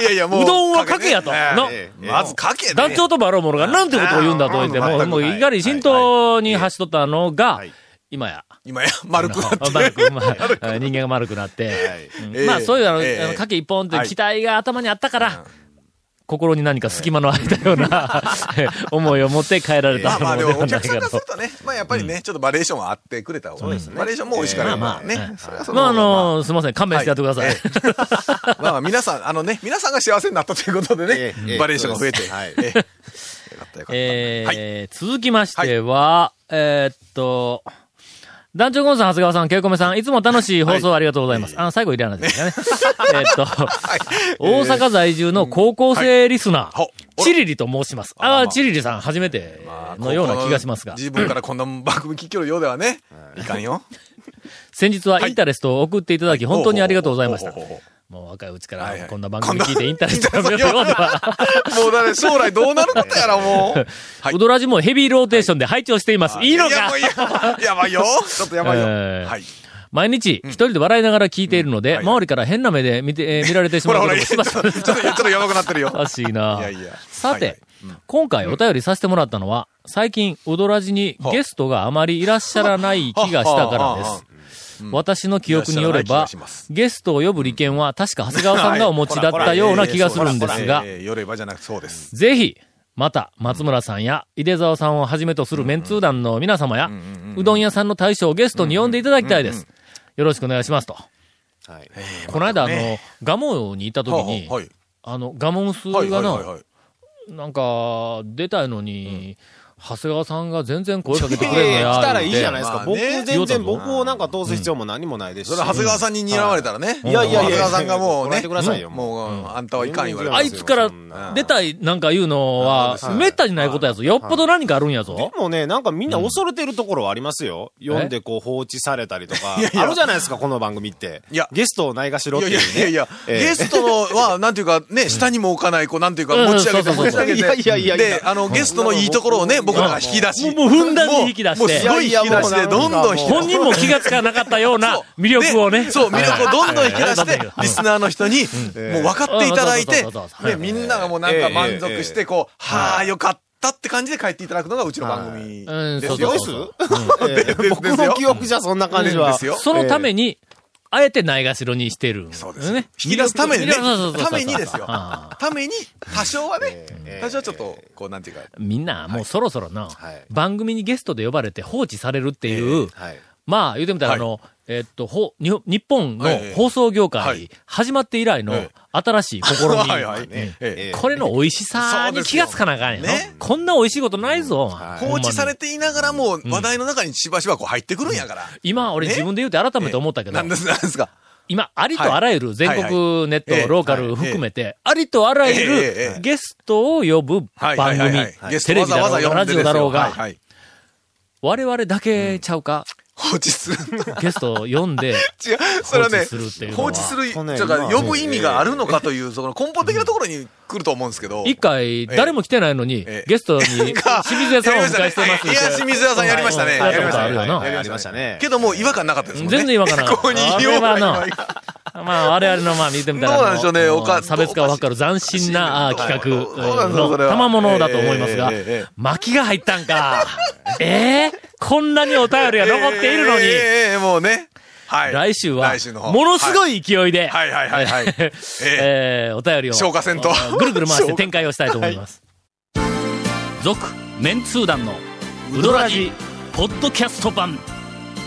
Speaker 3: いやいや、もう。
Speaker 1: うどんはかけやと
Speaker 3: ね
Speaker 1: の
Speaker 3: ええまずかけね
Speaker 1: 団長ともあろうものがなんてことを言うんだと言って、
Speaker 8: あー
Speaker 1: もう、
Speaker 8: 全く
Speaker 1: もう
Speaker 8: はい
Speaker 1: いかに浸透に走っとったのが
Speaker 8: はい、
Speaker 1: 今や、
Speaker 3: 今や、丸くなって。
Speaker 1: 丸く、まあ、 <laughs> 人間が丸くなって、うん
Speaker 3: ええ
Speaker 1: まあそういうあの、
Speaker 3: ええ
Speaker 1: あの、かけ一本って
Speaker 3: はい
Speaker 1: 期待が頭にあったから、心に何か隙間の空いたような <laughs> 思いを持って帰られ
Speaker 3: ま
Speaker 1: た
Speaker 3: あま
Speaker 1: も
Speaker 3: あ
Speaker 1: の
Speaker 3: で
Speaker 1: で
Speaker 3: も
Speaker 1: はな
Speaker 3: お
Speaker 1: い
Speaker 3: 客さ
Speaker 1: か
Speaker 3: んからす
Speaker 1: と
Speaker 3: る。とね、まあやっぱりね、ちょっとバリエーションはあってくれた方が、バリエーションも美味しかったからね。それはその
Speaker 1: まああの、すみません、勘弁してやってください。
Speaker 3: <laughs> まあまあ皆さん、あのね、皆さんが幸せになったということでね、
Speaker 8: ええええ
Speaker 3: バリエーションが増えて。
Speaker 8: そう
Speaker 3: ええよかったよかった。
Speaker 1: え
Speaker 3: はい。
Speaker 1: ー続きましては、えーっと、団長ゴンさん、長谷川さん、ケイコメさん、いつも楽しい放送ありがとうございます。あの、最後いらないですよね。
Speaker 3: <laughs>
Speaker 1: えーっと、大阪在住の高校生リスナー、
Speaker 3: はいほ
Speaker 1: チリリと申します。
Speaker 3: ま
Speaker 1: あ
Speaker 3: あ
Speaker 1: あ、
Speaker 3: まあ
Speaker 1: チリリさん、初めてのような気がしますが、
Speaker 3: 自分からこんな番組聞きよるようではね、いかんよ。
Speaker 1: 先日はインタレストを送っていただき、本当にありがとうございました
Speaker 3: ほう。ほうほうほ
Speaker 1: もう若いうちか
Speaker 3: はい
Speaker 1: ら
Speaker 3: はい
Speaker 1: こんな番組聞いてインタレストを読むようでは。
Speaker 3: うもうだね、将来どうなることやら、も
Speaker 1: <laughs>
Speaker 3: う。はい。
Speaker 1: ウドラジもヘビーローテーションで拝聴しています。いいの
Speaker 3: いや
Speaker 1: か
Speaker 3: もういややばいよ。
Speaker 1: <laughs>
Speaker 3: ちょっとやばいよ。
Speaker 1: えー
Speaker 3: はい。
Speaker 1: 毎日、一人で笑いながら聞いているので、
Speaker 3: はい
Speaker 1: 周りから変な目で見て、えー見られてし
Speaker 3: ほ
Speaker 1: ま
Speaker 3: ら
Speaker 1: うこ
Speaker 3: ほ
Speaker 1: と
Speaker 3: ら、
Speaker 1: も
Speaker 3: いやち
Speaker 1: しばしば
Speaker 3: ょっと、ちょっ <laughs> とちょっとやばくなってるよ。
Speaker 1: おかしいな。
Speaker 3: いやいや
Speaker 1: さて、
Speaker 3: はいはい
Speaker 1: 今回お便りさせてもらったのは、最近、踊らじにゲストがあまりいらっしゃらない気がしたからで
Speaker 3: ははは
Speaker 1: す。私の記憶によれ
Speaker 3: いら
Speaker 1: ば
Speaker 3: っしゃらない気がします、
Speaker 1: ゲストを呼ぶ利権は確か長谷川さんがお持ちだったような気がするんですが
Speaker 3: え、えよればじゃなくそうです。
Speaker 1: ぜひ、また、松村さんや、井出沢さんをはじめとするメンツー団の皆様や、うどん屋さんの大将をゲストに呼んでいただきたいです。よろしくお願いしますと。
Speaker 8: はい。
Speaker 1: この間、あの、ガモに行った時に、
Speaker 3: はい
Speaker 1: あの、ガモンス
Speaker 3: はい
Speaker 1: が
Speaker 3: はい
Speaker 1: な、
Speaker 3: はいはい。
Speaker 1: なんか、出たいのに、長谷川さんが全然声かけてく
Speaker 8: い
Speaker 1: れ
Speaker 8: や
Speaker 1: ん
Speaker 8: い
Speaker 1: の
Speaker 8: や
Speaker 1: や。
Speaker 8: 来たらいいじゃないいです
Speaker 3: ま
Speaker 8: か。
Speaker 3: あ
Speaker 8: 僕
Speaker 3: ね
Speaker 8: 全然、僕をなんか通す必要も何もないです
Speaker 3: そ
Speaker 8: し。
Speaker 3: れは長谷川さんに睨まれたらね。
Speaker 8: いやいや
Speaker 3: 長
Speaker 8: いや
Speaker 3: 谷川さんがもう
Speaker 8: 怒ら
Speaker 3: ね
Speaker 8: れてください、よ
Speaker 3: もう、あんたはいかん言われ
Speaker 1: あ
Speaker 3: た
Speaker 1: いつから出たいなんか言うのは、
Speaker 8: そうです
Speaker 1: めったにないことやぞ。よっぽど何かあるんやぞ
Speaker 8: で。もね、なんかみんな恐れてるところはありますよ。読んでこう放置されたりとか。あるじゃないですか、この番組って。
Speaker 3: いや
Speaker 8: ゲストをないがしろっ
Speaker 3: い
Speaker 8: て
Speaker 3: や
Speaker 8: い
Speaker 3: いう
Speaker 8: ね
Speaker 3: や。いやいや、
Speaker 8: ええ
Speaker 3: ゲストのは、なんていうかね、下にも置かない、こう、なんていうか、持ち上げて、
Speaker 1: うんうん
Speaker 3: 持ち上げて。
Speaker 8: いやいやいやいや
Speaker 3: で、あの、ゲストのいいところをね、僕らが引き出し。
Speaker 1: もうもうふんだんに引き出して
Speaker 3: もうもうすごい引き出して、どんどん引き出
Speaker 1: 本
Speaker 3: し
Speaker 1: 人も気がつかなかったような魅力をね。
Speaker 3: て。そう、魅力をどんどん引き出し
Speaker 1: はい
Speaker 3: て、リスナーの人に、もう分かっていただい
Speaker 1: う
Speaker 3: て
Speaker 1: んそうそうそう、そう
Speaker 3: ね、みんながもうなんか満足して、こう、はあ、よかったって感じで帰っていただくのがうちの番組
Speaker 1: うん、
Speaker 3: で
Speaker 1: そう
Speaker 3: すよ
Speaker 1: そう。
Speaker 8: す
Speaker 1: そう。
Speaker 8: え
Speaker 3: <laughs> で
Speaker 8: え
Speaker 3: すよ
Speaker 8: 僕の記憶じゃそんな感じは。
Speaker 3: ですよ。
Speaker 1: そのために、あえてないがしろにしてるんね。
Speaker 3: そうですよ。引き出すためにね
Speaker 1: 魅力そうそうそうそう。
Speaker 3: ためにですよ。
Speaker 1: あ
Speaker 3: ために、多少はね
Speaker 8: え、
Speaker 3: 多少はちょっと、こう、なんていうか、
Speaker 1: みんな、もうそろそろな、
Speaker 8: はい
Speaker 1: 番組にゲストで呼ばれて放置されるっていう、
Speaker 8: はい。
Speaker 1: まあ、言うてみたら、
Speaker 3: はい
Speaker 1: あの、えっと、ほ、日本日本の放送業
Speaker 3: は
Speaker 1: 界
Speaker 3: い、
Speaker 1: 始まって以来の
Speaker 3: え
Speaker 1: 新しい試み。
Speaker 3: はいはい
Speaker 1: ね
Speaker 3: <laughs> ええ
Speaker 1: これの美味しさ
Speaker 3: そう
Speaker 1: に
Speaker 3: ですよ
Speaker 1: 気がつかなあかんやろ
Speaker 3: ね
Speaker 1: こんな美味しいことないぞ。
Speaker 3: 放置され
Speaker 1: て。
Speaker 3: ていながらも、話題の中にしばしばこう入ってくるんやから。
Speaker 1: 今、俺
Speaker 3: ね
Speaker 1: 自分で言うて改めて思ったけど
Speaker 3: なん、です、なんですか。
Speaker 1: 今、ありとあらゆる全
Speaker 3: はい
Speaker 1: 国ネッ
Speaker 3: ええ
Speaker 1: ト、ローカル含めて、ありとあらゆ
Speaker 3: えええ
Speaker 1: る
Speaker 3: え
Speaker 1: ゲストを呼ぶ
Speaker 3: は
Speaker 1: 番
Speaker 3: いはいはいはい。
Speaker 1: 組、テレビだろうが、ラジオだろう
Speaker 3: はい
Speaker 1: が、
Speaker 3: はい。
Speaker 1: 我々だけちゃうか、
Speaker 3: 放置する。
Speaker 1: ゲストを呼ん
Speaker 3: <laughs>
Speaker 1: で、
Speaker 3: 違う、それは
Speaker 1: 放置
Speaker 3: ね
Speaker 1: するっていうの、は
Speaker 3: 放置する、
Speaker 8: そうね
Speaker 3: だから
Speaker 8: 今
Speaker 3: 呼ぶ意味があるのかという、その根本的なところに来ると思うんですけど。
Speaker 1: 一回、誰も来てないのに
Speaker 3: ええ、
Speaker 1: ゲストに、清
Speaker 3: <laughs>
Speaker 1: 水
Speaker 3: か
Speaker 1: 屋さんをお迎えしてます
Speaker 3: やりましたねいや、清水屋さんやりましたね。
Speaker 1: やったことあ
Speaker 3: や
Speaker 1: る
Speaker 3: り
Speaker 1: よ
Speaker 3: ま
Speaker 1: な。
Speaker 8: やりましたね。
Speaker 3: けどもう違和感なかったですもんね。
Speaker 1: 全然違和感なかった
Speaker 3: ここに
Speaker 1: あ
Speaker 3: 違
Speaker 1: れは
Speaker 3: 和感
Speaker 1: な
Speaker 3: ない。
Speaker 1: まあ、我々の、まあ、見てみたら、
Speaker 3: どうなんでしょうね
Speaker 1: あの
Speaker 3: おか
Speaker 1: 差別化を分かる斬新なあー
Speaker 3: どうかしい
Speaker 1: 企
Speaker 3: どう
Speaker 1: 画
Speaker 3: なんですか
Speaker 1: の
Speaker 3: それは
Speaker 1: 賜物だと思いますが
Speaker 3: ええええええ、
Speaker 1: 巻きが入ったんか。 <laughs> ええこんなにお便りが残っているの
Speaker 3: えええ
Speaker 1: に、
Speaker 3: えええもうね。はい。
Speaker 1: 来週は
Speaker 3: 来週の、方
Speaker 1: ものすご
Speaker 3: い。
Speaker 1: い勢いで、
Speaker 3: はいはいはいはい <laughs> はい。ええ
Speaker 1: えーお便りを、
Speaker 3: 消化せんと
Speaker 1: ぐるぐる回して展開をしたいと思います。
Speaker 7: 続メンツー団のウドラジポッドキャスト版